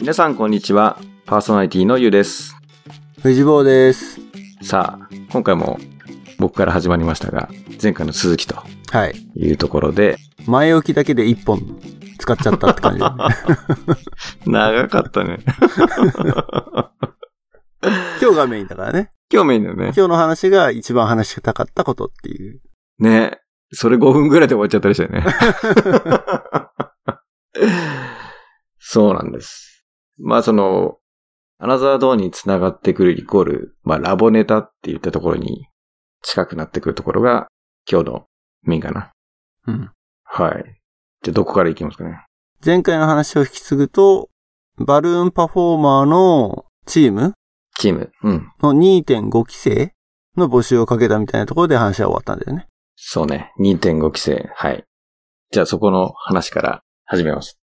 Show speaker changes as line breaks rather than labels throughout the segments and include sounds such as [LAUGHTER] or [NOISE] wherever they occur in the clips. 皆さんこんにちは。パーソナリティのゆうです。
藤坊です。
さあ、今回も僕から始まりましたが、前回の続きと
はい。
いうところで、
前置きだけで一本使っちゃったって [LAUGHS] 感じ。今
長かったね。
日がメインだからね。
今日メインだよね。
今日の話が一番話したかったことっていう。
ね。それ5分ぐらいで終わっちゃったりしたよ [LAUGHS] ね。そうなんです。まあその、アナザードーンにつながってくるイコール、まあラボネタって言ったところに近くなってくるところが今日のメインかな。
うん。
はい。じゃあどこから行きますかね。
前回の話を引き継ぐと、バルーンパフォーマーのチーム
チーム。うん。
の2.5期生の募集をかけたみたいなところで話は終わったんだよね。
そうね。2.5期生。はい。じゃあそこの話から始めます。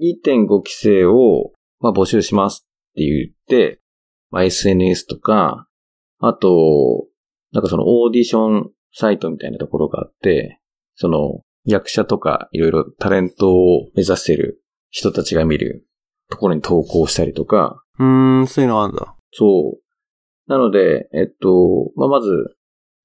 2.5期生を、まあ、募集しますって言って、まあ、SNS とか、あと、なんかそのオーディションサイトみたいなところがあって、その役者とかいろいろタレントを目指してる人たちが見るところに投稿したりとか、
うーん、そういうのがあるんだ。
そう。なので、えっと、まあ、まず、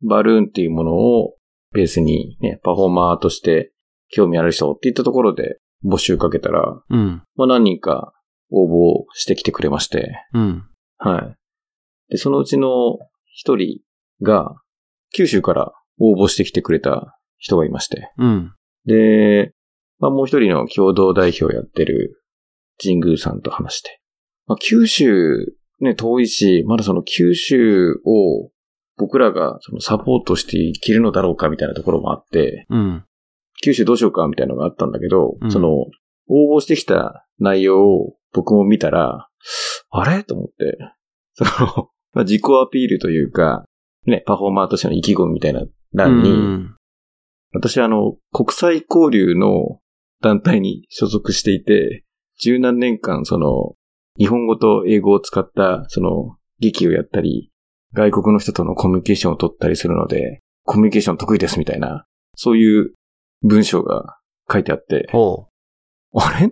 バルーンっていうものをベースにね、パフォーマーとして興味ある人っていったところで募集かけたら、
うん。
まあ、何人か応募してきてくれまして、
うん。
はい。で、そのうちの一人が、九州から応募してきてくれた人がいまして、
うん。
で、まあ、もう一人の共同代表やってる神宮さんと話して。まあ、九州、ね、遠いし、まだその九州を僕らがそのサポートしていけるのだろうかみたいなところもあって、
うん。
九州どうしようかみたいなのがあったんだけど、
うん
その応募してきた内容を僕も見たら、あれと思って、その、まあ、自己アピールというか、ね、パフォーマーとしての意気込みみたいな欄に、
うん
私はあの、国際交流の団体に所属していて、十何年間その、日本語と英語を使った、その、劇をやったり、外国の人とのコミュニケーションを取ったりするので、コミュニケーション得意ですみたいな、そういう文章が書いてあって、
ほ
あれ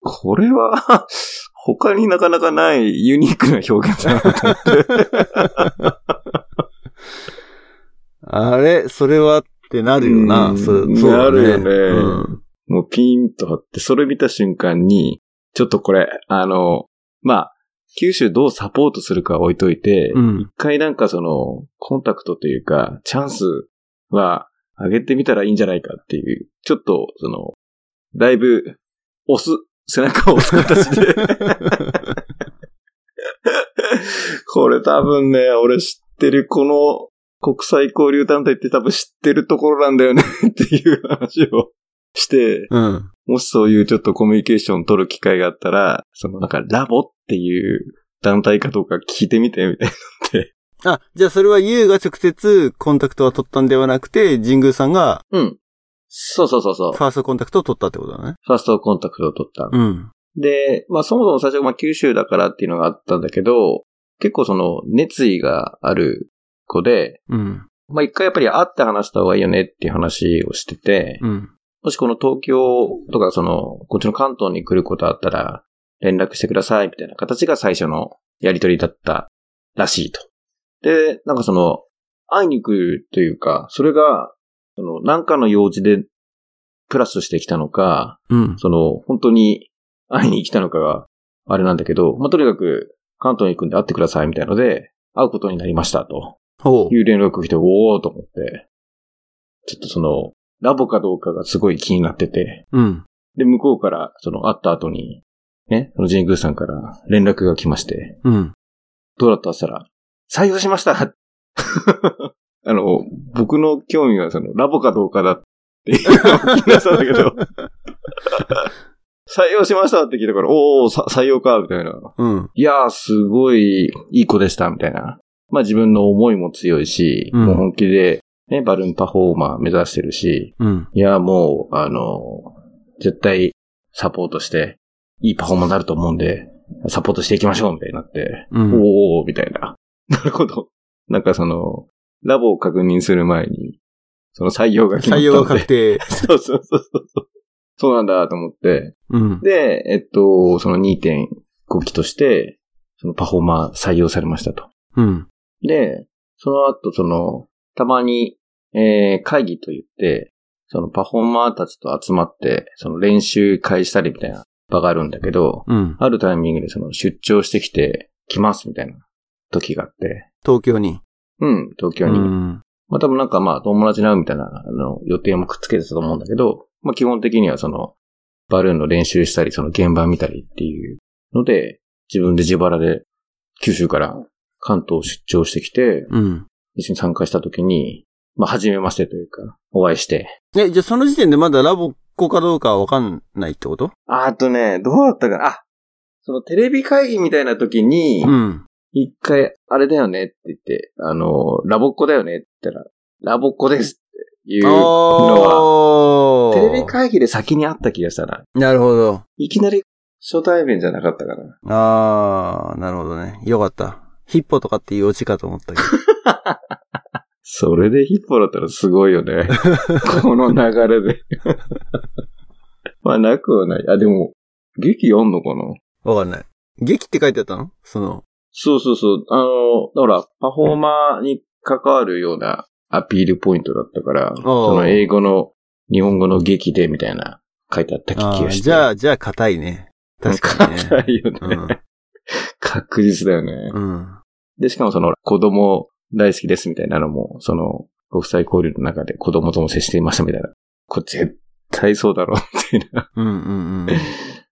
これは、 [LAUGHS] 他になかなかないユニークな表現だなと思って。
う。あれそれはってなるよ
う
な。
ん
そうそうだ
なるよね
うん
もうピーンと張って、それ見た瞬間に、ちょっとこれ、あの、まあ、九州どうサポートするかは置いといて、一、
うん。 [LAUGHS]
回なんかその、コンタクトというか、チャンスは上げてみたらいいんじゃないかっていう、ちょっと、その、だいぶ、押す、背中を押す形
[LAUGHS]
で、これ多分ね、俺知ってる、この国際交流団体って多分知ってるところなんだよねっていう話をして、
うん。
もしそういうちょっとコミュニケーション取る機会があったら、そのなんかラボっていう団体かどうか聞いてみてみたい
あ、じゃあそれはユウが直接コンタクトは取ったんではなくて、神宮さんが
な。うん。そうそうそうそう
フ。ァーストコンタクトを取ったってことだね。
ファーストコンタクトを取った。
うん。
で、まあそもそも最初、まあ九州だからっていうのがあったんだけど、結構その熱意がある子で、
うん。
まあ一回やっぱり会って話した方がいいよねっていう話をしてて、
うん。
もしこの東京とかその、こっちの関東に来ることあったら連絡してくださいみたいな形が最初のやりとりだったらしいと。で、なんかその、会いに来るというか、それが、その、なんかの用事でプラスしてきたのか、
うん。
その、本当に会いに来たのかが、あれなんだけど、まあ、とにかく関東に行くんで会ってくださいみたいので、会うことになりましたと。
ほ
いう連絡が来て、おーと思って、ちょっとその、ラボかどうかがすごい気になってて、
う。うん。
で、向こうから、その、会った後に、ね、その神宮さんから連絡が来まして、
うん。
どうだったって言ったら、採用しました [LAUGHS] あの、僕の興味はその、ラボかどうかだっていうのを聞き [LAUGHS] 出したんだけど、採用しましたって聞いたから、おー、さ採用か、みたいな。
うん。
いやー、すごいいい子でした、みたいな。まあ自分の思いも強いし、
うん
もう本気で、ね、バルーンパフォーマー目指してるし、
うん。
いやーもう、あのー絶対サポートして、いいパフォーマーになると思うんで、サポートしていきましょう、みたいになって、
う
お
ん。
ーおー、みたいな。 [LAUGHS] なるほど。なんかその、ラボを確認する前に、その採用が決ま
採
ったんで。 [LAUGHS]
用が確定。
そうそうそうそう。そうなんだと思って。
うん。
で、えっと、その2.5期として、そのパフォーマー採用されましたと。
うん。
で、その後、その、たまに、えー会議と言って、そのパフォーマーたちと集まって、その練習会したりみたいな場があるんだけど、
うん。
あるタイミングでその出張してきて、来ますみたいな時があって、
東京に。
うん、東京に。
うん。
まあ多分なんかまあ友達に会うみたいな、あの、予定もくっつけてたと思うんだけど、まあ基本的にはその、バルーンの練習したり、その現場見たりっていうので、自分で自腹で九州から関東出張してきて、
うん。
一緒に参加した時に、まあ初めましてというか、お会いして。
え、じゃあその時点でまだラボっ子かどうかはわかんないってこと
あとね、どうだったかなあ、そのテレビ会議みたいな時に
うん。
一回、あれだよねって言って、あの、ラボっ子だよねって言ったら、ラボっ子ですっていうのは、
お
テレビ会議で先にあった気がしたな。
なるほど。
いきなり初対面じゃなかったかな。
あー、なるほどね。よかった。ヒッポとかっていうオチかと思ったけど。
それでヒッポだったらすごいよ [LAUGHS] ね。この流れで。まあ、なくはない。あ、でも、劇あんのかな
わかんない。 [LAUGHS] 劇って書いてあったのその。
そうそうそう。あの、ほら、パフォーマーに関わるようなアピールポイントだったから、その英語の、日本語の劇でみたいな書いてあった気
あ
が
ー
して。
じゃあ、じゃあ硬いね。確か [LAUGHS] にね。
硬いよね。確実だよね。
うん。うん。
で、しかもその子供大好きですみたいなのも、その、ご夫妻交流の中で子供とも接していましたみたいな。これ絶対そうだろうみたいな。
うんうんうん。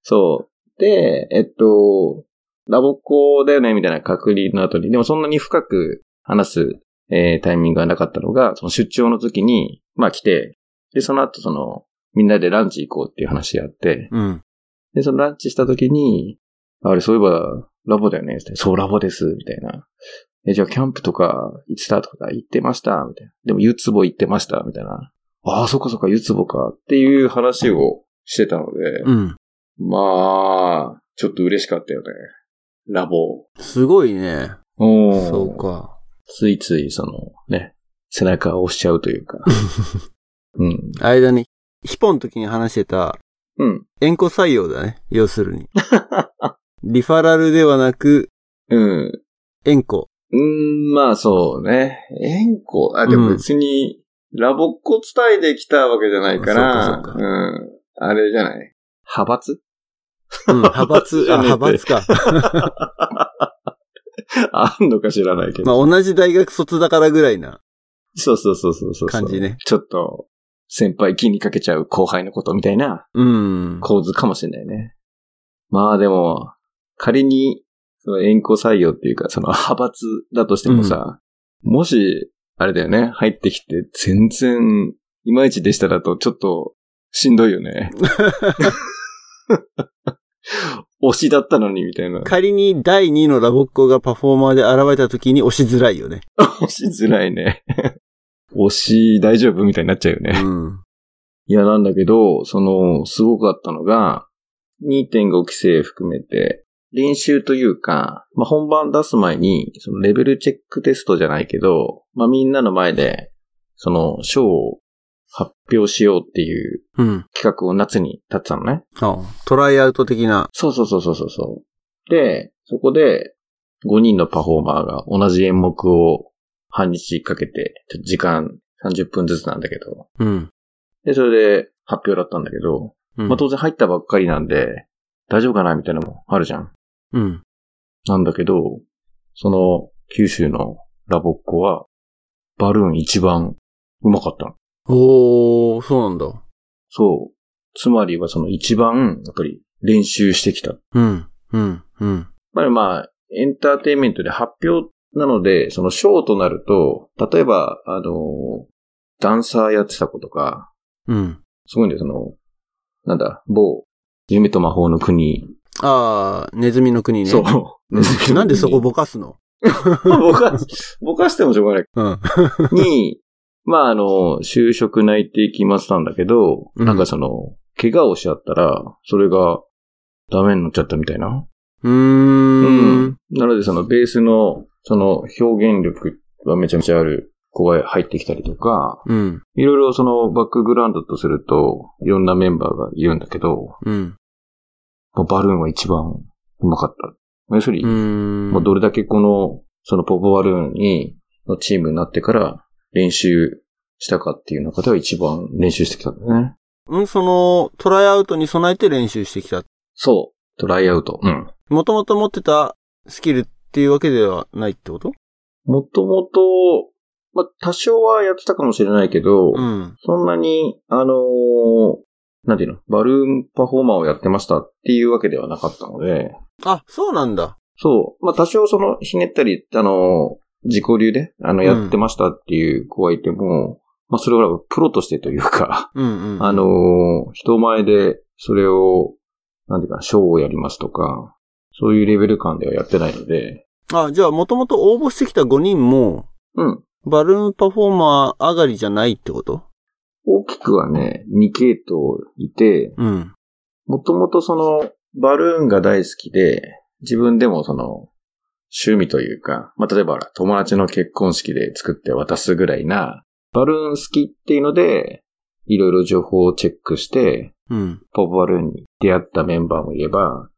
そう。で、えっと、ラボっ子だよねみたいな確認の後に、でもそんなに深く話す、えータイミングがなかったのが、その出張の時に、まあ来て、で、その後その、みんなでランチ行こうっていう話があって、
うん。
で、そのランチした時に、あれ、そういえば、ラボだよねってそう、ラボです、みたいな。え、じゃあ、キャンプとか、いつだとか行ってましたみたいな。でも、ゆつぼ行ってましたみたいな。ああ、そっかそっか、ゆつぼか。っていう話をしてたので、
うん。
まあ、ちょっと嬉しかったよね。ラボ。
すごいね。
おー
そう。か。
ついつい、その、ね、背中を押しちゃうと [LAUGHS] いうか。うん。
間に、ヒポの時に話してた、
うん。
円弧採用だね。要す [LAUGHS] るに。リファラルではなく、
うん。
円弧。
うーん、まあそうね。円弧。あ、でも別に、ラボっ子伝えてきたわけじゃないから、
そうかそうか
ん。あれじゃない派閥 [LAUGHS]
うん、派閥。 [LAUGHS] あ、
派
派
閥
閥か。
あんのか知らないけど。
まあ、同じ大学卒だからぐらいな
そうそうそうそうそう。
感じ。ね。
ちょっと、先輩気にかけちゃう後輩のことみたいな
うん。
構図かもしれないね。まあでも、仮に、その円弧採用っていうか、その派閥だとしてもさ、もし、あれだよね、入ってきて、全然、いまいちでしただと、ちょっと、しんどいよ
[LAUGHS]
ね。推しだったのに、みたいな。
仮に第2のラボっ子がパフォーマーで現れた時に押しづらいよね。
推しづらいね。推し大丈夫みたいになっちゃうよね。
[LAUGHS] うん。
いや、なんだけど、その、すごかったのが、2.5期生含めて、練習というか、まあ、本番出す前に、そのレベルチェックテストじゃないけど、まあ、みんなの前で、その、賞を発表しようっていう
うん。
企画を夏に立ってたのね。
ああトライアウト的な。
そうそうそうそうそうそう。で、そこで、5人のパフォーマーが同じ演目を半日かけて、ちょっと時間30分ずつなんだけど、
うん。
で、それで発表だったんだけど、
うん
まあ、当然入ったばっかりなんで、大丈夫かなみたいなのもあるじゃん。
うん。
なんだけど、その、九州のラボっ子は、バルーン一番うまかったの。
おー、そうなんだ。
そう。つまりはその一番、やっぱり練習してきた。
うん。うん。うん。
まあ、まあ、エンターテインメントで発表なので、そのショーとなると、例えば、あの、ダンサーやってた子とか、
うん。
すごいんだよ、その、なんだ、某、夢と魔法の国。
あー、ネズミの国
[LAUGHS]
ね。
そう。
うん。なんでそこぼかすの
ぼか、ぼかしてもしょうがない。
うん。
[LAUGHS] に、まあ、あの、就職内定決まってたんだけど、
うん
なんかその、怪我をしちゃったら、それがダメになっちゃったみたいな。
うーん。
なのでそのベースの、その表現力はめちゃめちゃある子が入ってきたりとか、
うん。
いろいろそのバックグラウンドとすると、いろんなメンバーがいるんだけど、
うん。
まあバルーンは一番うまかった。要するに、
うん。
まあ、どれだけこの、そのポポバルーンに、のチームになってから練習したかっていう中では一番練習してきたんだよね。
うん、その、トライアウトに備えて練習してきた。
そう。トライアウト。うん。
もともと持ってたスキルっていうわけではないってこと
もともと、まあ、多少はやってたかもしれないけど、
うん。
そんなに、あのーなんていうの、バルーンパフォーマーをやってましたっていうわけではなかったので、
あ、そうなんだ。
そう。まあ、多少その、ひねったり、あのー自己流で、あの、
うん
やってましたっていう子がいても、まあ、それはプロとしてというか、
うんうん。
あの、ー人前でそれを、なんていうかな、ショーをやりますとか、そういうレベル感ではやってないので、
あ、じゃあ、もともと応募してきた5人も、
うん。
バルーンパフォーマー上がりじゃないってこと
大きくはね、2系統いて、
うん。
もともとその、バルーンが大好きで、自分でもその、趣味というか、まあ、例えば友達の結婚式で作って渡すぐらいな、バルーン好きっていうので、いろいろ情報をチェックして、
うん。
ポブバルーンに出会ったメンバーもいれば、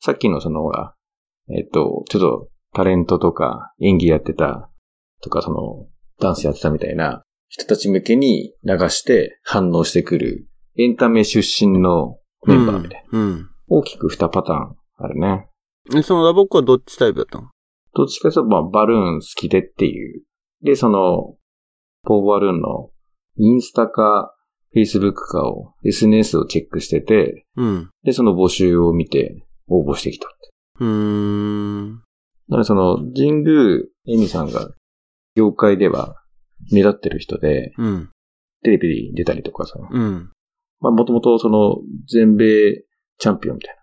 さっきのそのほら、えっと、ちょっとタレントとか演技やってたとかそのダンスやってたみたいな人たち向けに流して反応してくるエンタメ出身のメンバーみたいな。
うん。
大きく2パターンあるね。
え、そのラボックはどっちタイプだったの
どっちかというと、まあ、バルーン好きでっていう。で、その、ポーバルーンのインスタか、フェイスブックかを、SNS をチェックしてて、
うん。
で、その募集を見て応募してきた。
うーん。
なので、その、神宮恵美さんが、業界では目立ってる人で、
うん。
テレビに出たりとかさ、
うん。
まあ、もともとその、全米チャンピオンみたい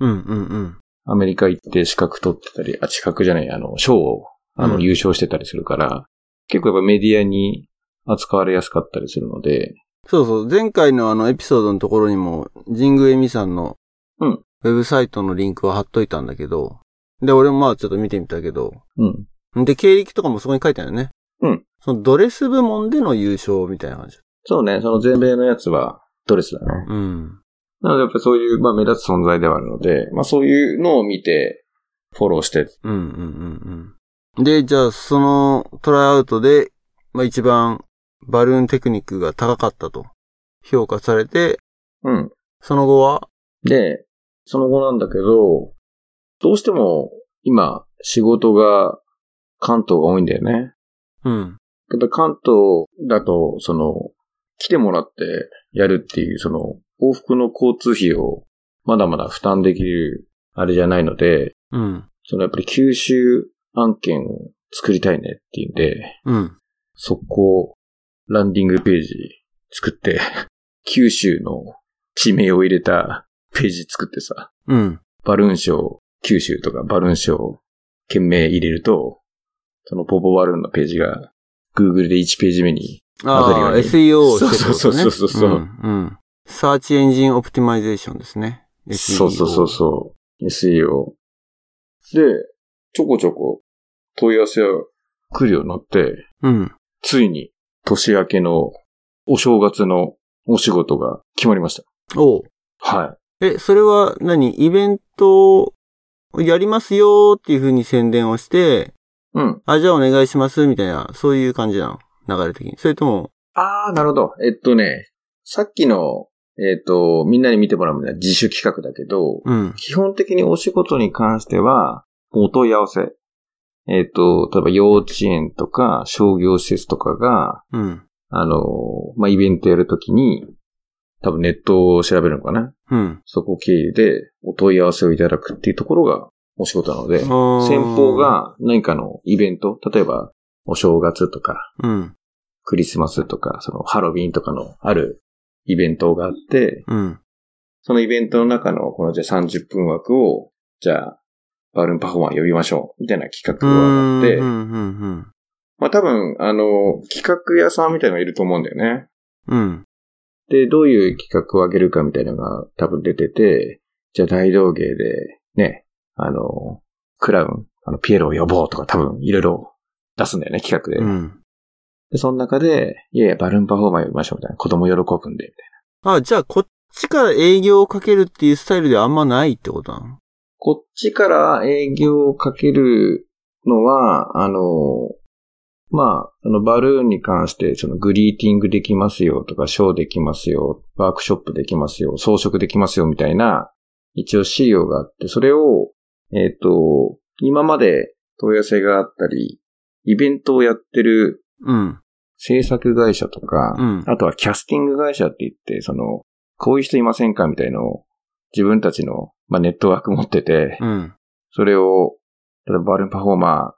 うん。うん。うん。
な。アメリカ行って資格取ってたり、あ、資格じゃない、あの、賞を、あ
う
の、
ん
優勝してたりするから、結構やっぱメディアに扱われやすかったりするので、
そうそう。前回のあのエピソードのところにも、神宮恵美さんの、
うん
ウェブサイトのリンクは貼っといたんだけど、で、俺もまあちょっと見てみたけど、
うん。
で、経歴とかもそこに書いてあるよね。
うん。
そのドレス部門での優勝みたいな感じ。
そうね、その全米のやつは、ドレスだね。
うん。
なので、やっぱりそういう、まあ、目立つ存在ではあるので、まあ、そういうのを見て、フォローして、
うんうんうんうん。で、じゃあそのトライアウトで、まあ一番バルーンテクニックが高かったと評価されて、
うん。
その後は
で、その後なんだけど、どうしても、今、仕事が、関東が多いんだよね。
うん。
やっぱり関東だと、その、来てもらってやるっていう、その、往復の交通費を、まだまだ負担できる、あれじゃないので、
うん。
その、やっぱり九州案件を作りたいねっていうんで、
うん。
速攻、ランディングページ作って、九州の地名を入れたページ作ってさ、
うん。
バルーン賞、九州とかバルーン賞、件名入れると、そのポポバルーンのページが、Google で1ページ目に、
あ
わ
あ、
かるよね
SEO をしてるってことね。
そうそうそうそうそう
うん。うん。サーチエンジンオプティマイゼーションですね。
そうそうそうそう、SEO。で、ちょこちょこ問い合わせが来るようになって、
う。うん。
ついに年明けのお正月のお仕事が決まりました。
おう
はい。
え、それは何イベントをやりますよーっていう風に宣伝をして、
うん。
あ、じゃあお願いしますみたいな、そういう感じなの流れ的に。それとも、
ああ、なるほど。えっとね、さっきの、えっと、みんなに見てもらうみたいな自主企画だけど、
うん。
基本的にお仕事に関しては、お問い合わせ。えっと、例えば幼稚園とか商業施設とかが、
うん。
あの、まあ、イベントやるときに、多分ネットを調べるのかな。
うん。
そこ経由でお問い合わせをいただくっていうところがお仕事なので、先
先
方、が何かのイベント、例えばお正月とか、
うん。
クリスマスとか、そのハロウィンとかのあるイベントがあって、
うん。
そのイベントの中のこのじゃあ30分枠を、じゃあ、バルーンパフォーマー呼びましょう、みたいな企画があって
う、ん。うん。
まあ多分、あの、企画屋さんみたいなのがいると思うんだよね。
うん。
で、どういう企画を上げるかみたいなのが多分出てて、じゃあ大道芸で、ね、あの、クラウン、あの、ピエロを呼ぼうとか多分いろいろ出すんだよね、企画で。
うん。
で、その中で、いやいや、バルーンパフォーマーやりましょうみたいな。子供喜ぶんで、みたいな。
あ、じゃあこっちから営業をかけるっていうスタイルではあんまないってことなの
こっちから営業をかけるのは、あの、まあ、そのバルーンに関して、そのグリーティングできますよとか、ショーできますよ、ワークショップできますよ、装飾できますよみたいな、一応資料があって、それを、えっ、と、今まで問い合わせがあったり、イベントをやってる
うん。
制作会社とか、
うん
あとはキャスティング会社って言って、その、こういう人いませんかみたいのを、自分たちの、まあ、ネットワーク持ってて、
うん。
それを、例えばバルーンパフォーマー、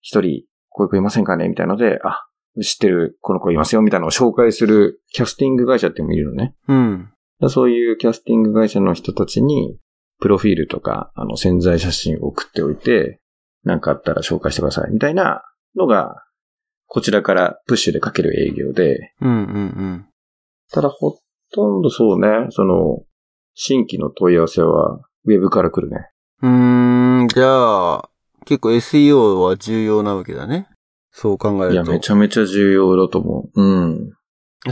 一人、こういう子いませんかねみたいので、あ、知ってる、この子いますよ、みたいなのを紹介するキャスティング会社っていうのもいるのね。
うん。
だからそういうキャスティング会社の人たちに、プロフィールとか、あの、潜在写真を送っておいて、なんかあったら紹介してください、みたいなのが、こちらからプッシュでかける営業で、
うん。うん。
ただほとんどそうね、その、新規の問い合わせは、ウェブから来るね。
うん。うーん。じゃあ、結構 SEO は重要なわけだね。そう考え
いや、
ると。
めちゃめちゃ重要だと思う。うん。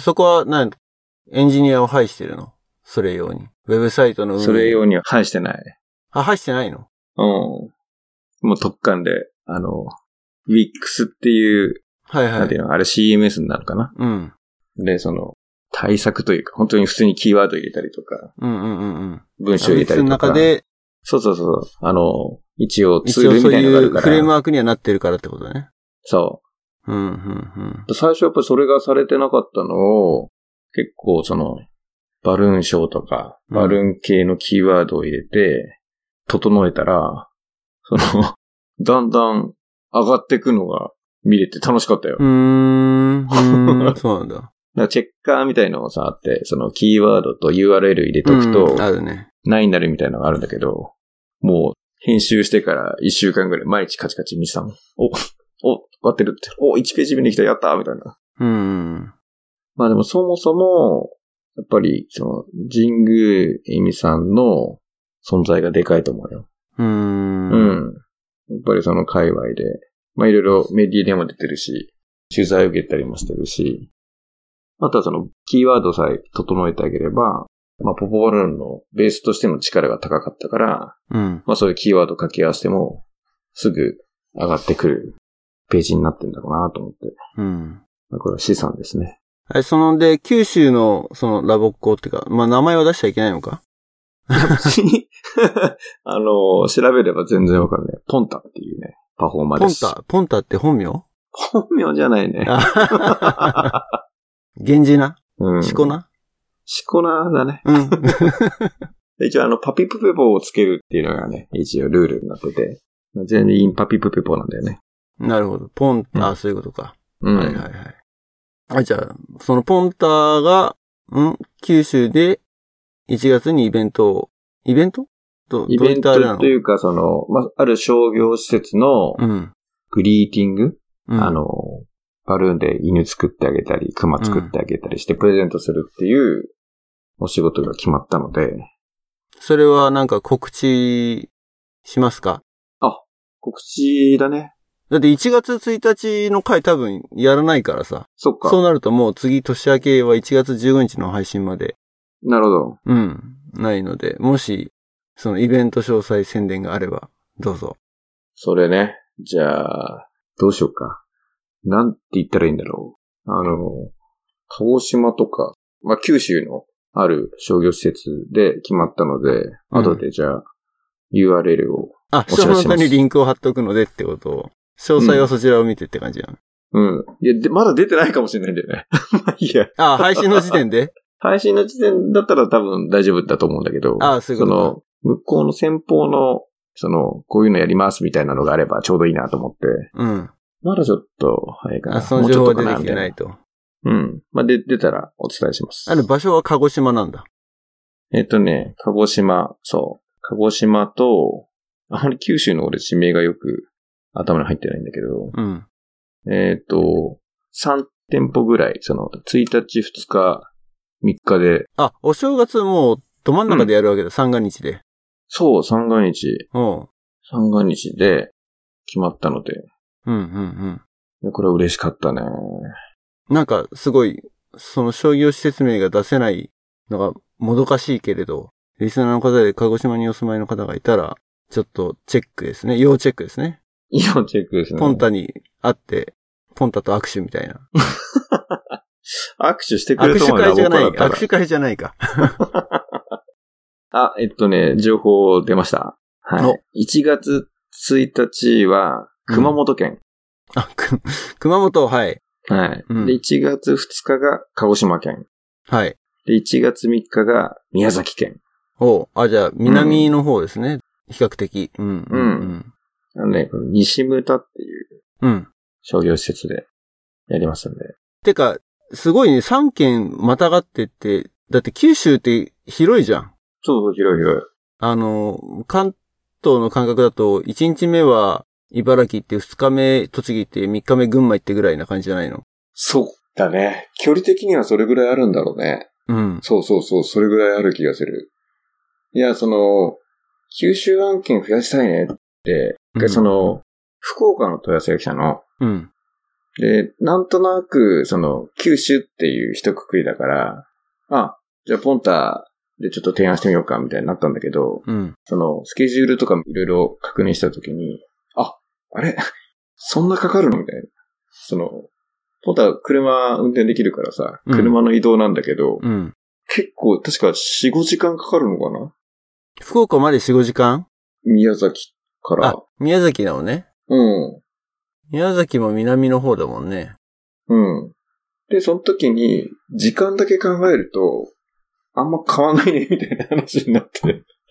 そこは何、エンジニアを配してるのそれ用に。ウェブサイトの運営
それ用には反してない。
あ、配してないの
うん。もう特管で、あの、WIX っていう、
はいは
なんてい
い。
うの、あれ CMS になるかな。
うん。
で、その、対策というか、本当に普通にキーワード入れたりとか、
うんうんうんうん。
文章入れた
別
り
の
とか。
中で、
そうそうそう。あの、一応ツ
一
ー
応
ル
そ
み
う
たいなのがあ
い
る
う
から。
フレームワークにはなってるからってことね。
そ
うん、うん、
う。最初やっぱりそれがされてなかったのを、結構その、バルーンショーとか、
うん
バルーン系のキーワードを入れて、整えたら、その、 [LAUGHS] だんだん上がっていくのが見れて楽しかったよ。
うん。
[LAUGHS]
うーん。うーんそうなんだ。
なんかチェッカーみたいのがさ、あって、そのキーワードと URL 入れとく
うんあ
と、
るね。
何になるみたいなのがあるんだけど、もう編集してから1週間ぐらい毎日カチカチ見てたもん。お、お、合ってるって。お、1ページ目に来た、やったみたいな。
うんうん。
まあでもそもそも、やっぱり、その、神宮恵美さんの存在がでかいと思うよ。
うーん。
う。ん。やっぱりその界隈で、まあいろいろメディアでも出てるし、取材を受けたりもしてるし、あとはそのキーワードさえ整えてあげれば、まあポポバルーンのベースとしての力が高かったから、
うん。
まあそういうキーワード掛け合わせても、すぐ上がってくるページになってんだろうなと思って、
うん。
まあ、これは資産ですね。
あれ、そので、九州の、その、ラボっ子っていうか、まあ、名前は出しちゃいけないのか
[LAUGHS] あの、調べれば全然わかんない。ポンタっていうね、パフォーマー
ポ
で
ン
す。
タ、ポンタって本名
タ本名じゃないね。
あ源氏な
うん。
しこ。な
しこなだね。
うん。 [LAUGHS]
一応あの、パピプペポをつけるっていうのがね、一応ルールになってて、全員パピプペポなんだよね。
なるほど。ポンタ、
う
そういうことか。
うん。
はいはいはい。あ、じゃあ、そのポンターが、ん九州で1月にイベントを、イベントど
イベン
どういったあれな
ト
の
というか、その、まあ、ある商業施設の
うん。
グリーティング、
うん、
あ、の、バルーンで犬作ってあげたり、熊作ってあげたりしてプレゼントするっていうお仕事が決まったので、
それはなんか告知しますか
告知だね。
だって1月1日の回多分やらないからさ。
そっか。
そうなるともう次年明けは1月15日の配信まで、
なるほど。
うん、ないので、もし、そのイベント詳細宣伝があれば、どうぞ。
それね。じゃあ、どうしようか。なんて言ったらいいんだろう。あの、鹿児島とか、まあ、九州のある商業施設で決まったので、
うん
後でじゃあ、URL を、
あ、
お知らせし
下
ま
の
す
下にリンクを貼っとくのでってことを。詳細はそちらを見てって感じやん。
うん。いや、で、まだ出てないかもしれないんだよね。 [LAUGHS] まあ、いいや。
あ、配信の時点で
配信の時点だったら多分大丈夫だと思うんだけど、
ああそういうことか
の、向こうの先方の、その、こういうのやりますみたいなのがあればちょうどいいなと思って、
うん。
まだちょっと早いかな。
あ、その情
も
報
う
出
ちょっとか
てきてないと。
みたいなうん。まあ、で、出たらお伝えします
あ。の、場所は鹿児島なんだ。
えっとね、鹿児島、そう。鹿児島と、あまり九州の俺地名がよく頭に入ってないんだけど、
うん。
えっ、と、3店舗ぐらい、その、1日、2日、3日で、
あ、お正月もう、ど真ん中でやるわけだ。三が日で。
そう、三が日、
おう。
三が日で決まったので、
うん、うん、
これは嬉しかったね。
なんかすごい、その商業施設名が出せないのがもどかしいけれど、リスナーの方で鹿児島にお住まいの方がいたら、ちょっとチェックですね。要チェックですね。
要チェックですね。
ポンタに会って、ポンタと握手みたいな。
握手してく
握
れ
手
とまでは
会じゃ
僕
ない、
らだった
握
か
手会じゃないか。
ら。あ、えっとね、情報出ました。はい。1月1日は、熊本県。
あ、く、熊本、はい。
はい。
うん
で、1月2日が鹿児島県。
はい。
で、1月3日が宮崎県。
おうあ、じゃあ、南の方ですね。比較的。うん。うん。
あのね、この西牟田っていう
うん。
商業施設でやりますんで。
てか、すごいね、3県またがってって、だって九州って広いじゃん。
そうそう、広い広い。
あの、関東の感覚だと、1日目は茨城行って、2日目栃木行って、3日目群馬行ってぐらいな感じじゃないの
そうだね。距離的にはそれぐらいあるんだろうね。
うん。
そうそうそう、それぐらいある気がする。いや、その、九州案件増やしたいねって、一回その、福岡の問い合わせが来たの。
うん。
で、なんとなく、その、九州っていう一括りだから、あ、じゃあポンタでちょっと提案してみようか、みたいになったんだけど、
うん。
その、スケジュールとかいろいろ確認したときに、あ、あれ [LAUGHS] そんなかかるのみたいな。その、ポンタ車運転できるからさ、
うん
車の移動なんだけど、
うん。
結構確か4、5時間かかるのかな
福岡まで4、5時間
宮崎から
あ。、宮崎だもんね。
うん。
宮崎も南の方だもんね。
うん。で、その時に、時間だけ考えると、あんま変わんないね、み [LAUGHS] たいな話になって。 [LAUGHS] [LAUGHS] こ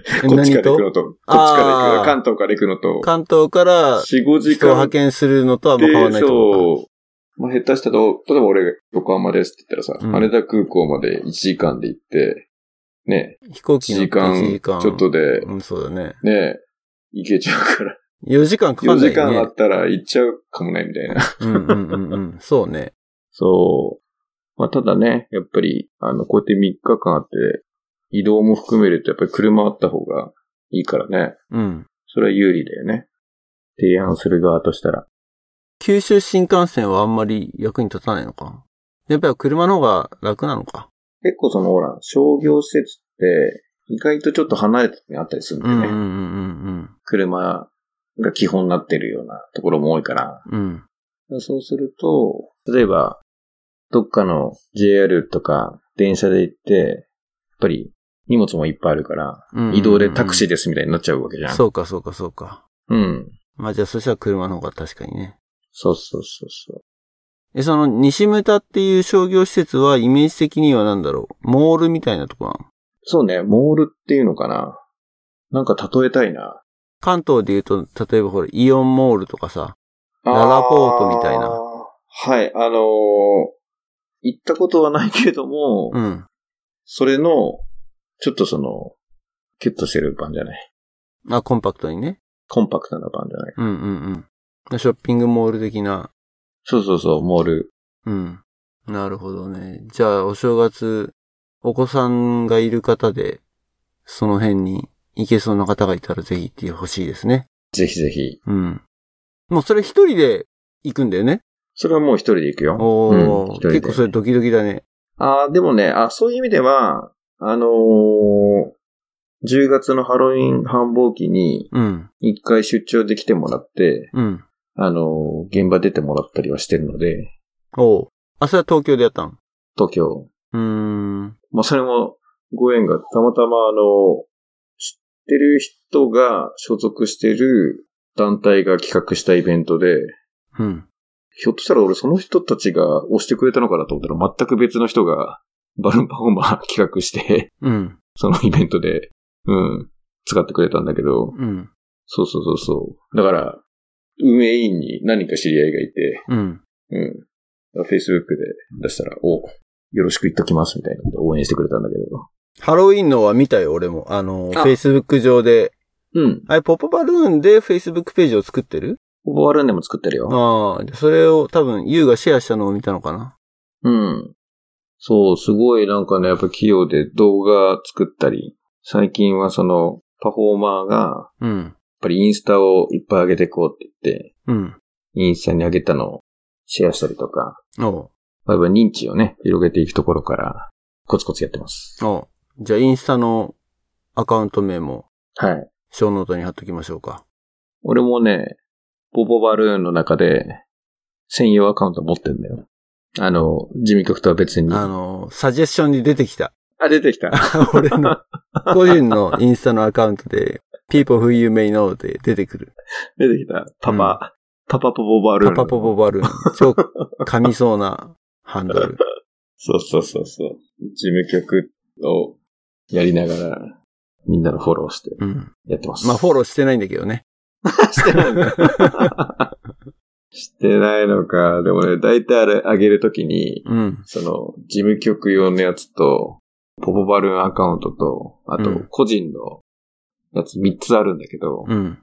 っちから行くのと、こっちから行
あー
く、関東から行くのと、
関東から
4、5時
人
間
を派遣するのとはもう変わらない
で、
と思う。
そう。まあ、下手したと、例えば俺が横浜ですって言ったらさ、
うん
羽田空港まで1時間で行って、ね、
飛行機
1
の
時間
1時間。
ちょっとで、
うん、そうだね。
ね、行けちゃうから、
4時間かか
4
んない
時
ね。
間あったら行っちゃうかもね、みたいな。
うんうんうんうん。そうね。
そう。まあ、ただね、やっぱり、あの、こうやって3日間あって、移動も含めると、やっぱり車あった方がいいからね。
うん。
それは有利だよね。提案する側としたら。
九州新幹線はあんまり役に立たないのか。やっぱり車の方が楽なのか。
結構その、ほら、商業施設って、意外とちょっと離れてあったりするん
う
だよ
んう
ね。
んうんうん
車が基本になってるようなところも多いから。
うん。うん。
そうすると、例えば、どっかの JR とか電車で行って、やっぱり荷物もいっぱいあるから、
うんうんうん
移動でタクシーですみたいになっちゃうわけじゃん。
そうかそうかそうか。
うん。
まあじゃあそしたら車の方が確かにね。
そうそうそうそう。
え、その西牟田っていう商業施設はイメージ的には何だろう。モールみたいなとこなの
そうね、モールっていうのかな。なんか例えたいな。
関東で言うと、例えばほら、イオンモールとかさ。ララポートみたいな
あーはい、あのー行ったことはないけれども、
うん。
それの、ちょっとその、キュッとしてる版じゃない。
あ、コンパクトにね。
コンパクトな版じゃない。
うんうんうん。ショッピングモール的な。
そうそうそう、モール。
うん。なるほどね。じゃあ、お正月、お子さんがいる方で、その辺に行けそうな方がいたらぜひ行ってほしいですね。
ぜひぜひ。
うん。もうそれ一人で行くんだよね。そ
それはもう一人で行くよ。
おー、
うん一人で
結構それドキドキだね。
ああ、でもね、あ、そういう意味では、あのー10月のハロウィン繁忙期に
うん。
一回出張で来てもらって、
うん。
あのー現場出てもらったりはしてるので、
おー。あ、それは東京でやったの
東京。
うーん。
まあ、それもご縁がたまたまあの、知ってる人が所属してる団体が企画したイベントで、
うん。
ひょっとしたら俺その人たちが押してくれたのかなと思ったら全く別の人がバルーンパフォーマー企画して、
うん。
そのイベントで、うん、使ってくれたんだけど、
うん。
そうそうそうそう。だから、運営委員に何人か知り合いがいて、
うん。
うん。Facebook で出したら、お、よろしく言っときますみたいなんで応援してくれたんだけど。
ハロウィンのは見たよ、俺も。あの、
あ
Facebook 上で。
うん。
あれ、ポップバルーンで Facebook ページを作ってる
オボワルンでも作ってるよ。
ああ、でそれを多分、ユウがシェアしたのを見たのかな
うん。そう、すごいなんかね、やっぱ器用で動画作ったり、最近はその、パフォーマーが、やっ
うん。
ぱりインスタをいっぱい上げていこうって言って、
うん。
インスタに上げたのをシェアしたりとか、
おう
まあ、認知をね、広げていくところから、コツコツやってます。
おうじゃあ、インスタのアカウント名も、
はい。
ショーノートに貼っときましょうか。
俺もね、ポポバルーンの中で、専用アカウント持ってんだよ。あの、事務局とは別に。
あ
あ、
の、サジェッションに出てきた。 [LAUGHS]
出てきた。
俺の、個人のインスタのアカウントで、people who you may know で出てくる。
出てきた。パパ、パパポポバルー
パ
ン。
パポポバルーン。超噛みそうな [LAUGHS] ハンドル。
そうそうそうそう。事務局をやりながら、みんなのフォローして
うん。
やってます。
まあ、フォローしてないんだけどね。
してないのか。してないのか。でもね、大体あれ上げるときに、
うん。
その、事務局用のやつと、ポポバルーンアカウントと、あ
う
と
ん、
個人のやつ3つあるんだけど、
うん。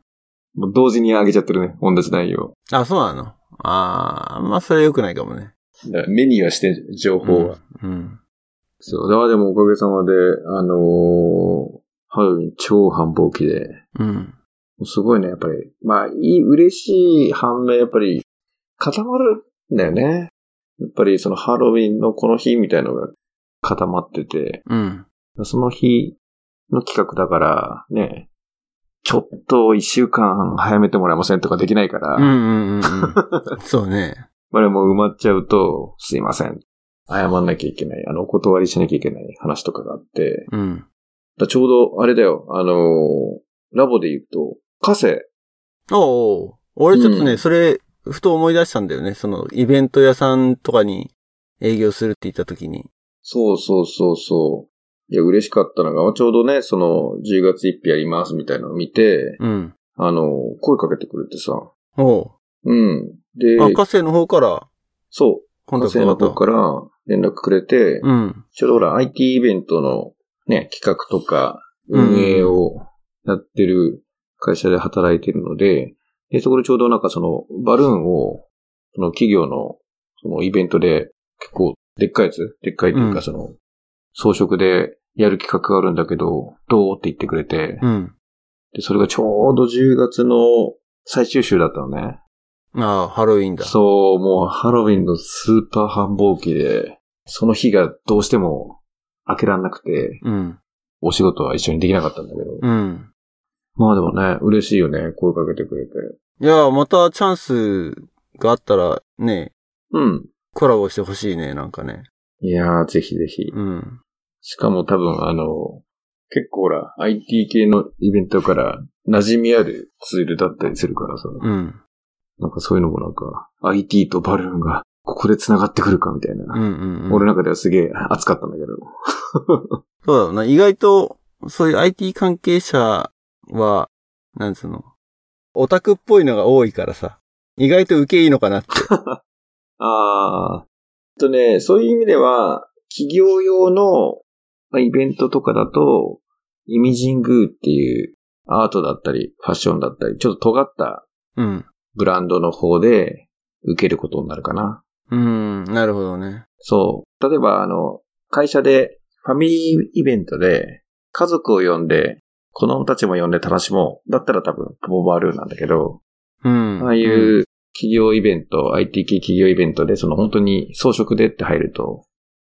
もう同時に上げちゃってるね。同じ内容。
あ、そうなのああ、まあ、それ良くないかもね。
だから目にはして、情報は。
うん。うん。
そう。だからでもおかげさまで、あのー、ハロウィン超繁忙期で、
うん。
もうすごいね、やっぱり。まあ、いい、嬉しい反面、やっぱり、固まるんだよね。やっぱり、そのハロウィンのこの日みたいのが固まってて、
うん。
その日の企画だから、ね、ちょっと一週間早めてもらえませんとかできないから、
うんうんうん [LAUGHS] うん。そうね。
まあでも埋まっちゃうと、すいません。謝んなきゃいけない。あの、お断りしなきゃいけない話とかがあって、
うん。
だちょうど、あれだよ、あのーラボで言うと、カセ、
おうおう俺ちょっとね、
うん
それ、ふと思い出したんだよね。その、イベント屋さんとかに営業するって言った時に。
そうそうそうそう。いや、嬉しかったのが、ちょうどね、その、10月1日やりますみたいなのを見て、
うん。
あの、声かけてくれてさ。
お
うん。
う。
で、
あ、カセの方から、
そう、
コン
学
タクト
生
があ
の
った
方。から連絡くれて、
うん。
ちょうどほら、IT イベントのね、企画とか、
うん
運営をやってる会社で働いてるので、で、そこでちょうどなんかその、バルーンを、その企業の、そのイベントで、結構、でっかいやつでっかいという
う
か
ん
その、装飾でやる企画があるんだけど、どうって言ってくれて、
うん。
で、それがちょうど10月の最終週だったのね。
ああ、ハロウィンだ。
そう、もうハロウィンのスーパー繁忙期で、その日がどうしても開けらんなくて、
うん。
お仕事は一緒にできなかったんだけど。
うん。
まあでもね、嬉しいよね、声かけてくれて。
いや、またチャンスがあったら、ね、
うん。
コラボしてほしいね、なんかね。
いやー、ぜひぜひ。
うん。
しかも多分あの、結構ほら、IT 系のイベントから馴染みあるツールだったりするからさ、
うん。
なんかそういうのもなんか、IT とバルーンがここで繋がってくるかみたいな。
うんうん、うん。
俺の中ではすげえ熱かったんだけど。
そうだろうな。意外と、そういう IT 関係者は、なんつうの、オタクっぽいのが多いからさ、意外と受けいいのかなって。
ああ。えっとね、そういう意味では、企業用のまあイベントとかだと、イミジングっていうアートだったり、ファッションだったり、ちょっと尖った
うん。
ブランドの方で受けることになるかな。
うん、なるほどね。
そう。例えば、あの、会社でファミリーイベントで家族を呼んで、子供たちも呼んで楽しもう。だったら多分、ポボバルーなんだけど、
うん。
ああい
ん。
う企業イベント、IT 系企業イベントで、その本当に装飾でって入ると、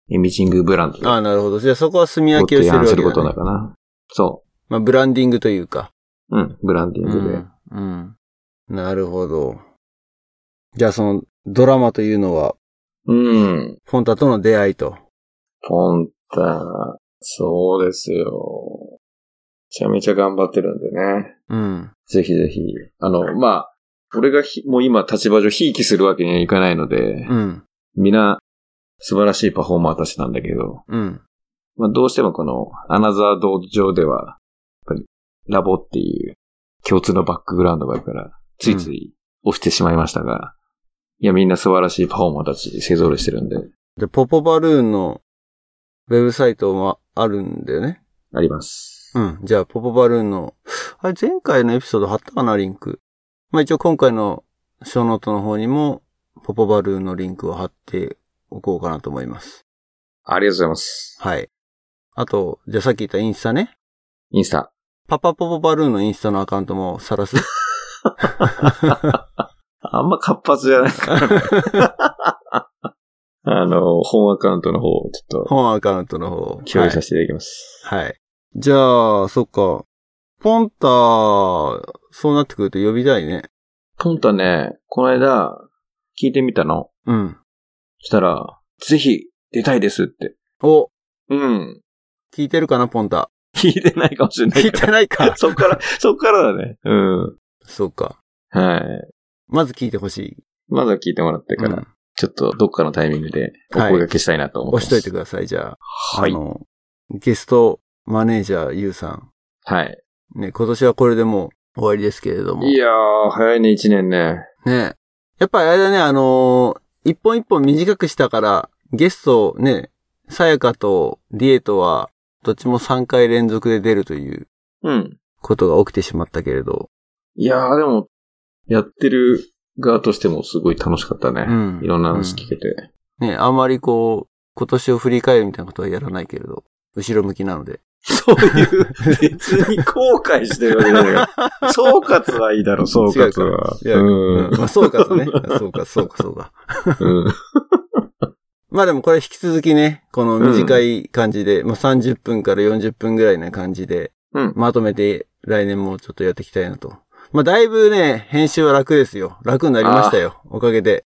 イミジングブランド
ああ、なるほど。じゃあそこは住み分
ご
けをし
提
てる
案
わ
す
け
る
だ、
こと
ね
な。かな。そ
まあ、ブランディングというか。
う。うん。ブランディン
う
グで。
ん。うん。なるほど。じゃあその、ドラマというのは、
うん。
フォンタとの出会いと。
ポンタ、そうですよ。めちゃめちゃ頑張ってるんでね。
うん。
ぜひぜひ。あの、まあ、俺がひもう今立場上ひいきするわけにはいかないので、
うん。
皆素晴らしいパフォーマーたちなんだけど、
うん。
まあ、どうしてもこのアナザー道上では、やっぱりラボっていう共通のバックグラウンドがあるから、ついつい押してしまいましたが、いや、みんな素晴らしいパフォーマーたち勢ぞろいしてるんで、
で、ポポバルーンのウェブサイトもあるんだよね。
あります。
うん。じゃあ、ポポバルーンの、あれ、前回のエピソード貼ったかな、リンク。まあ一応今回のショーノートの方にも、ポポバルーンのリンクを貼っておこうかなと思います。
ありがとうございます。
はい。あと、じゃあさっき言ったインスタね。
インスタ。
[LAUGHS] パパポポバルーンのインスタのアカウントもさらす。
あんま活発じゃないから、 [LAUGHS] あの、本アカウントの方、ちょっと、
本アカウントの方。
共有させていただきます。
はい。はい。じゃあ、そっか。ポンタ、そうなってくると呼びたいね。
ポンタね、この間、聞いてみたの。
うん。
そしたら、ぜひ、出たいですって。
お、
うん。
聞いてるかな、ポンタ。
聞いてないかもしれない
聞い
か
て
ら。。
ないか
そっから、そっからだね。うん。
[LAUGHS] そうか。
はい。
まず聞いてほしい。
まだ聞いてもらってから、
うん
ちょっとどっかのタイミングでお声掛けしたいなと思ってま
押し
す。
といてください、じゃあ。
はい
あ。の、ゲストマネージャー、ゆうさ
はい。
ん。ね、今年はこれでもう終わりですけれども。
いやー、早いね、一年ね。
ね。やっぱりあれだね、あのー一本一本短くしたから、ゲストね、さやかとリエとは、どっちも3回連続で出るという
うん。
ことが起きてしまったけれど。
いやー、でも、やってる側としてもすごい楽しかったね。
うん
いろんな話聞けて。
ね、あまりこう、今年を振り返るみたいなことはやらないけれど、後ろ向きなので。
そういう、別に後悔してるわけじゃない
[LAUGHS]
から。総括はいいだろ、総括は。
違うか
うん
うんまあ、そうかね。 [LAUGHS] そうか、そうか、そうか。
うん。
まあでもこれ引き続きね、この短い感じで、まあ30分から40分ぐらいな感じで、
うん。
まとめて来年もちょっとやっていきたいなと。まあだいぶね、編集は楽ですよ。楽になりましたよ。おかげで。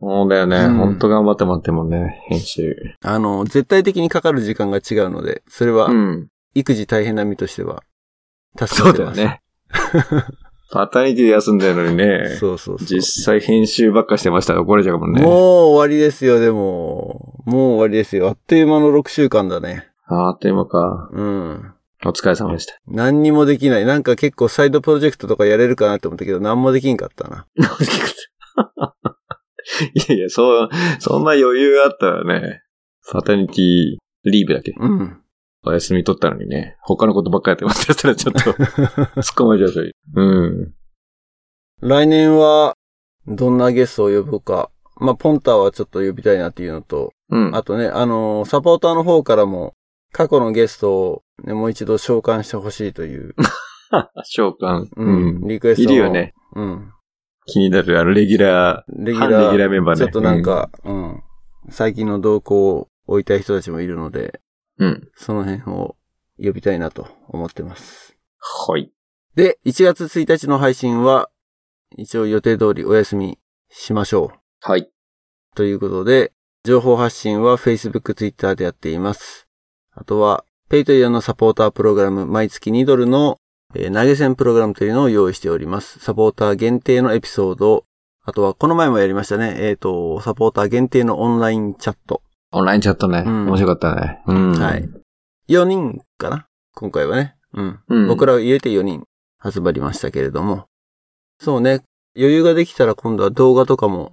そうだよね。
うん
ほんと頑張ってもらってもね、編集。
あの、絶対的にかかる時間が違うので、それは
ん。
育児大変な身としては、助
そ
か
う
って
だよ
ます。
ね。パタニティで休んでるのにね。
そうそうそう。
実際編集ばっかしてましたら怒られちゃうかもね。
もう終わりですよ、でも。もう終わりですよ。あっという間の6週間だね。
ああっという間か。
うん。
お疲れ様でした。
何にもできない。なんか結構サイドプロジェクトとかやれるかなって思ったけど、何もできんかったな。
[LAUGHS] いやいや、そう、そんな余裕があったらね、パタニティリーブだっけ
うん。
お休み取ったのにね、他のことばっかやってましたらちょっと [LAUGHS] 突っ込まれちゃうという。うん。
来年は、どんなゲストを呼ぶか。まあ、ポンターはちょっと呼びたいなっていうのと、
うん。
あとね、あのーサポーターの方からも、過去のゲストを、ね、もう一度召喚してほしいという、
召喚。
うん、。リクエス
い
トを
るよね。
うん。
気になる、あの、レギュラー、
レギュ
反
ラ
レ
ー、
ギュラーメンバーね。
ちょっとなんか、うん、最近の動向を追いたい人たちもいるので、
うん。うん。
その辺を呼びたいなと思ってます。
はい。
で、1月1日の配信は、一応予定通りお休みしましょう。
はい。
ということで、情報発信は Facebook、Twitter でやっています。あとは、ペイトリアのサポータープログラム、毎月2ドルの、えー投げ銭プログラムというのを用意しております。サポーター限定のエピソード、あとは、この前もやりましたね。えっ、と、サポーター限定のオンラインチャット。
オンラインチャットね。
うん
面白かったね。うん。
はい。4人かな今回はね。うん。
うん
僕らを入れて4人集まりましたけれども。そうね。余裕ができたら今度は動画とかも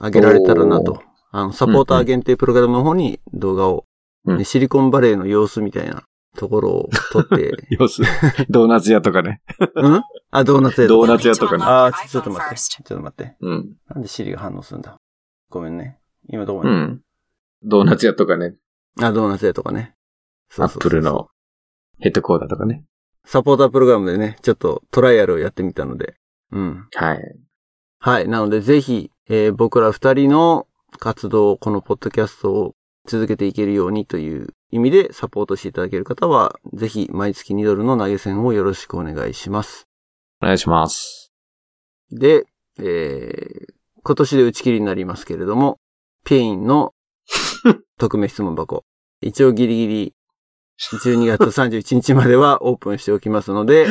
上げられたらな
お
と。あの、サポーター限定プログラムの方に動画を、ね
うん
シリコンバレーの様子みたいなところを撮って、
様子、 [LAUGHS] ドーナツ屋とかね。
うんあ、ドーナツや
ドー
ナ
ナツ屋とかね。
あーちょ、ちょっと待って。ちょっと待って。
うん。
なんでシリが反応するんだごめんね。今どこ
う
に、
ん。ドーナツ屋とかね。
あ、ドーナツやとかね。そ
ア
うそ
ッ
うそ
プ
うそう
ルのヘッドコーダーとかね。
サポータープログラムでね、ちょっとトライアルをやってみたので。うん。
はい。
はい。なので、ぜひ、えー僕ら二人の活動、このポッドキャストを続けていけるようにという意味でサポートしていただける方は、ぜひ、毎月2ドルの投げ銭をよろしくお願いします。
お願いします。
で、えー今年で打ち切りになりますけれども、ペインの [LAUGHS] 匿名質問箱。一応ギリギリ、12月31日まではオープンしておきますので、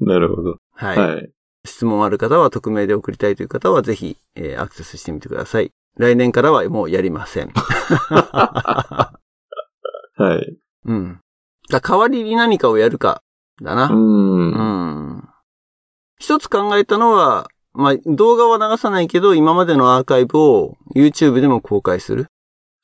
なるほど。
はい。
はい。
質問ある方は匿名で送りたいという方はぜひ、えーアクセスしてみてください。来年からはもうやりま [LAUGHS] せん。
はい。
うん。だ代わりに何かをやるか、だ
う。
な。うんん。一つ考えたのは、まあ、動画は流さないけど、今までのアーカイブを YouTube でも公開する。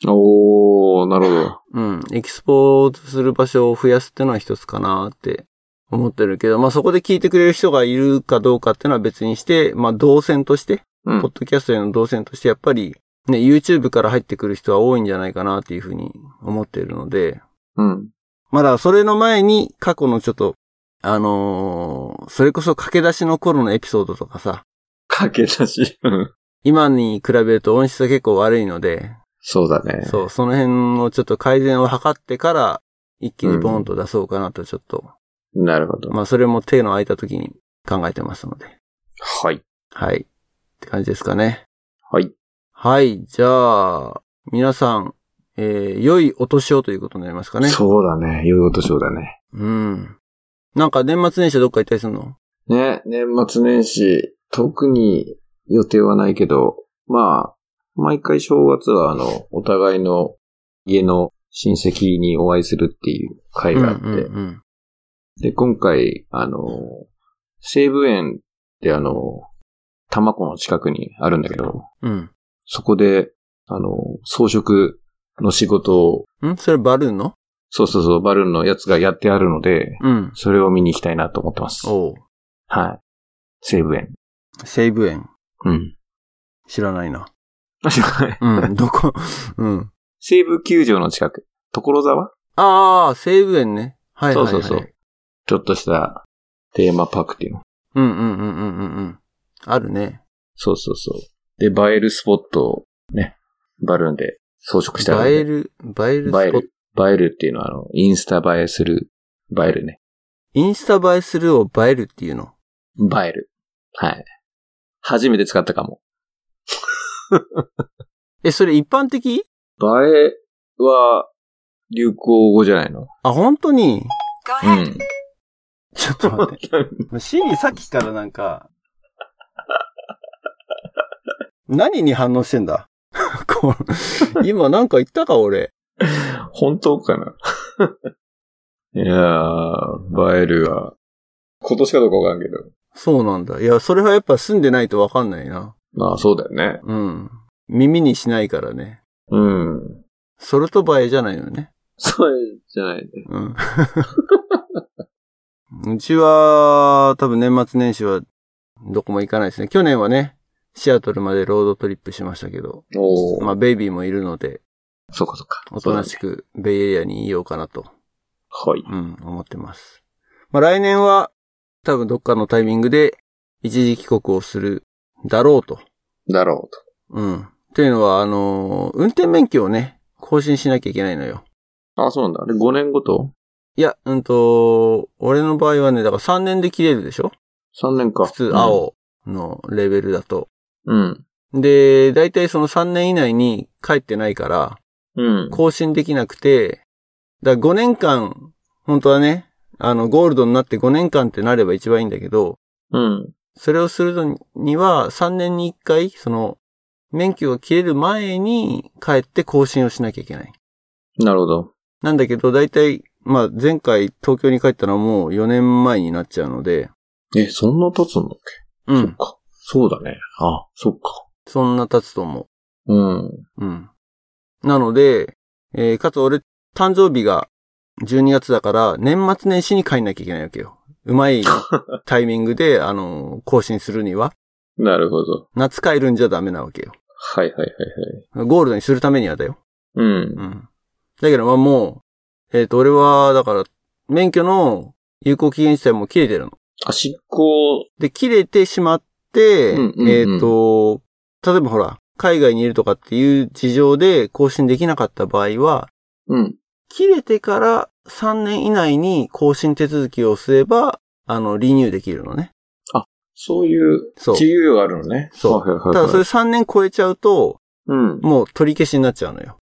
おー、なるほど。
うん。エキスポーズする場所を増やすってのは一つかなって思ってるけど、まあ、そこで聞いてくれる人がいるかどうかっていうのは別にして、まあ、動線として、
うん
ポッ。ドキャストへの動線としてやっぱり、ね、YouTube から入ってくる人は多いんじゃないかなっていうふうに思っているので、
うん。
まだそれの前に過去のちょっと、あのーそれこそ駆け出しの頃のエピソードとかさ、
駆け出し。うん
今に比べると音質は結構悪いので、
そうだね。
そう、その辺をちょっと改善を図ってから、一気にボーンと出そうかなとちょっと、
なるほど。
まあそれも手の空いた時に考えてますので。
はい。
はい。って感じですかね。
はい。
はい、じゃあ、皆さん、えー、良いお年をということになりますかね。
そうだね。良いお年をだね。
うん。なんか年末年始はどっか行ったりするの
ね、年末年始、特に予定はないけど、まあ、毎回正月はあの、お互いの家の親戚にお会いするっていう会があって、
うんうんうん
で、今回、あの、西武園ってあの、玉子の近くにあるんだけど、
うん。
そこで、あの、装飾の仕事を、
んそれバルーンの
そうそうそう、バルーンのやつがやってあるので、
うん。
それを見に行きたいなと思ってます。
おう。
はい。西武園。
西武園。
[LAUGHS] うん。
知らないな。
はい [LAUGHS]
うん。どこうん。
西武球場の近く。所沢
ああ、西武園ね。はいはい、はい。
そうそうそう。ちょっとしたテーマパークっていうの。
うんうんうんうんうんうん。あるね。
そうそうそう。で、映えるスポットをね、バルーンで装飾してあるんで
映える、映えるスポ
映え
ット
る。。映えるっていうのは、あの、インスタ映えする、映えるね。
インスタ映えするを映えるっていうの。
映える。はい。初めて使ったかも。
え、それ一般的
映えは、流行語じゃないの
あ、本当に
うん。 [LAUGHS]
ちょっと待って。シリさっきからなんか、何に反応してんだ [LAUGHS] こう今なんか言ったか俺。
本当かな [LAUGHS] いやー、映えるは、今年かどうかわかんけど。
そうなんだ。いや、それはやっぱ住んでないとわかんないな。
まあ、そうだよね。
うん。耳にしないからね。
うん。
それと映えじゃないのね。
そうじゃないね。
[LAUGHS] うん。うちは、多分年末年始はどこも行かないですね。去年はね、シアトルまでロードトリップしましたけど、
おー。
まあベイビーもいるので、
そうかそうか。
おとなし
く。
くベイエリアにいようかなと、
はい。
うん、思ってます。まあ来年は、多分どっかのタイミングで一時帰国をするだろうと。
だろう
うん。というのは、あのー運転免許をね、更新しなきゃいけないのよ。
と。あ、そうなんだ。で、5年ごと
いや、うんと、俺の場合はね、だから3年で切れるでしょ
?3 年か。
普通、。青のレベルだと。
うん。
で、大体その3年以内に帰ってないから、
うん。
更新できなくて、だから5年間、本当はね、あの、ゴールドになって5年間ってなれば一番いいんだけど、
うん。
それをするのには3年に1回、その、免許が切れる前に帰って更新をしなきゃいけない。
なるほど。
なんだけど、大体、まあ前回東京に帰ったのはもう4年前になっちゃうので、
え、そんな経つの
う
そっ
ん。
か。そうだね。あ、そっか。
そんな経つと思う。
うん。
うん。なので、えーかつ俺、誕生日が12月だから、年末年始に帰んなきゃいけないわけよ。うまい
[LAUGHS]
タイミングで、あのー更新するには、
なるほど。
夏帰るんじゃダメなわけよ。
はいはいはいはい。
ゴールドにするためにはだよ。
うん。
うん。だけど、まあもう、えっ、と、俺は、だから、免許の有効期限自体も切れてるの。
あ、執行、
で、切れてしまって、
うんうんうん
えっ、と、例えばほら、海外にいるとかっていう事情で更新できなかった場合は、
うん。
切れてから3年以内に更新手続きをすれば、あの、リニューできるのね。
そういう、
そう
自由があるのね。
そう
はいはい
た
はいは
だ
い
それ3年超えちゃうと、
うん。
もう取り消しになっちゃうのよ。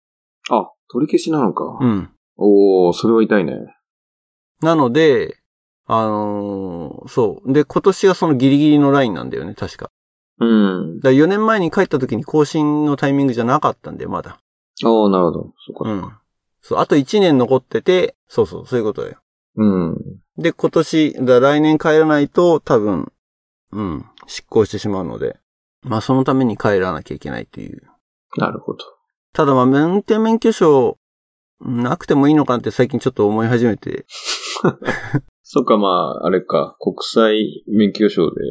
あ、取り消しなのか。
うん。
おー、それは痛いね。
なので、あのーそう。で、今年がそのギリギリのラインなんだよね、確か。
うん。
だ4年前に帰った時に更新のタイミングじゃなかったんだよ、まだ。
ああ、なるほど。そっ
う
か。
ん。そう、あと1年残ってて、そうそう、そういうことだよ。
うん。
で、今年、だから来年帰らないと多分、うん、執行してしまうので、まあそのために帰らなきゃいけないという。
なるほど。
ただまあ運転免許証、なくてもいいのかなって最近ちょっと思い始めて、
そっか、まあ、あれか。国際免許証で、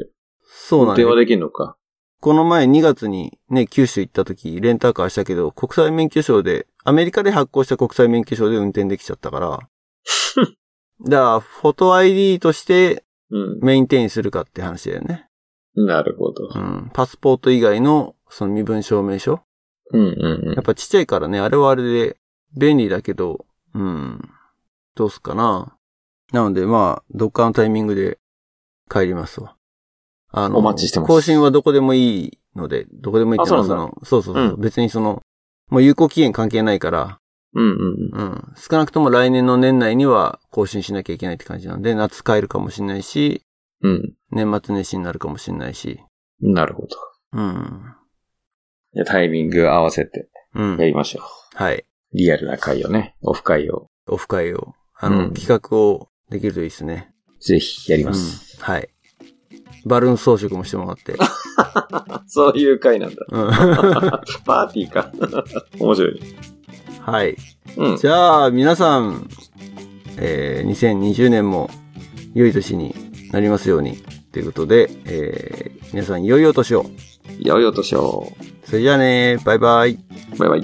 そうなん
電話
で
できるのか。
この前2月にね、九州行った時、レンタカーしたけど、国際免許証で、アメリカで発行した国際免許証で運転できちゃったか
[LAUGHS]
ら、だから、フォト ID として
うん。
メインテインするかって話だよね。
なるほど
う。ん。パスポート以外の、その身分証明書。
うんうんう
やっぱちっちゃいからね、あれはあれで便利だけど、うん。どうすっかな。なので、まあ、どっかのタイミングで帰りますわ。あ
お待ちしてます
更新はどこでもいいので、どこでもいいってのは
あ
そ
そうなん
の、そうそうそう、
うん
別にその、もう有効期限関係ないから、
ん。うんうん
うん。少なくとも来年の年内には更新しなきゃいけないって感じなんで、夏帰るかもしんないし、
うん。
年末年始になるかもしんないし、
うん。なるほど。
うん。
じゃあタイミング合わせて
うん
や。りましょう。
はい。
リアルな回をね、オフ会を
オフ会を、あの、
うん
企画をできるといいですね。
ぜひやります。
うんはい。バルーン装飾もしてもらって。
そういう回なんだ。 [LAUGHS]
うん、 [LAUGHS]
パーティーか。 [LAUGHS] 面白いね。
はい。
うん。
じゃあ、皆さん、えー2020年も良い年になりますように。ということで、えー皆さん良いお年を。
良いお年を。
それじゃあね、バイバイ。
バイバイ。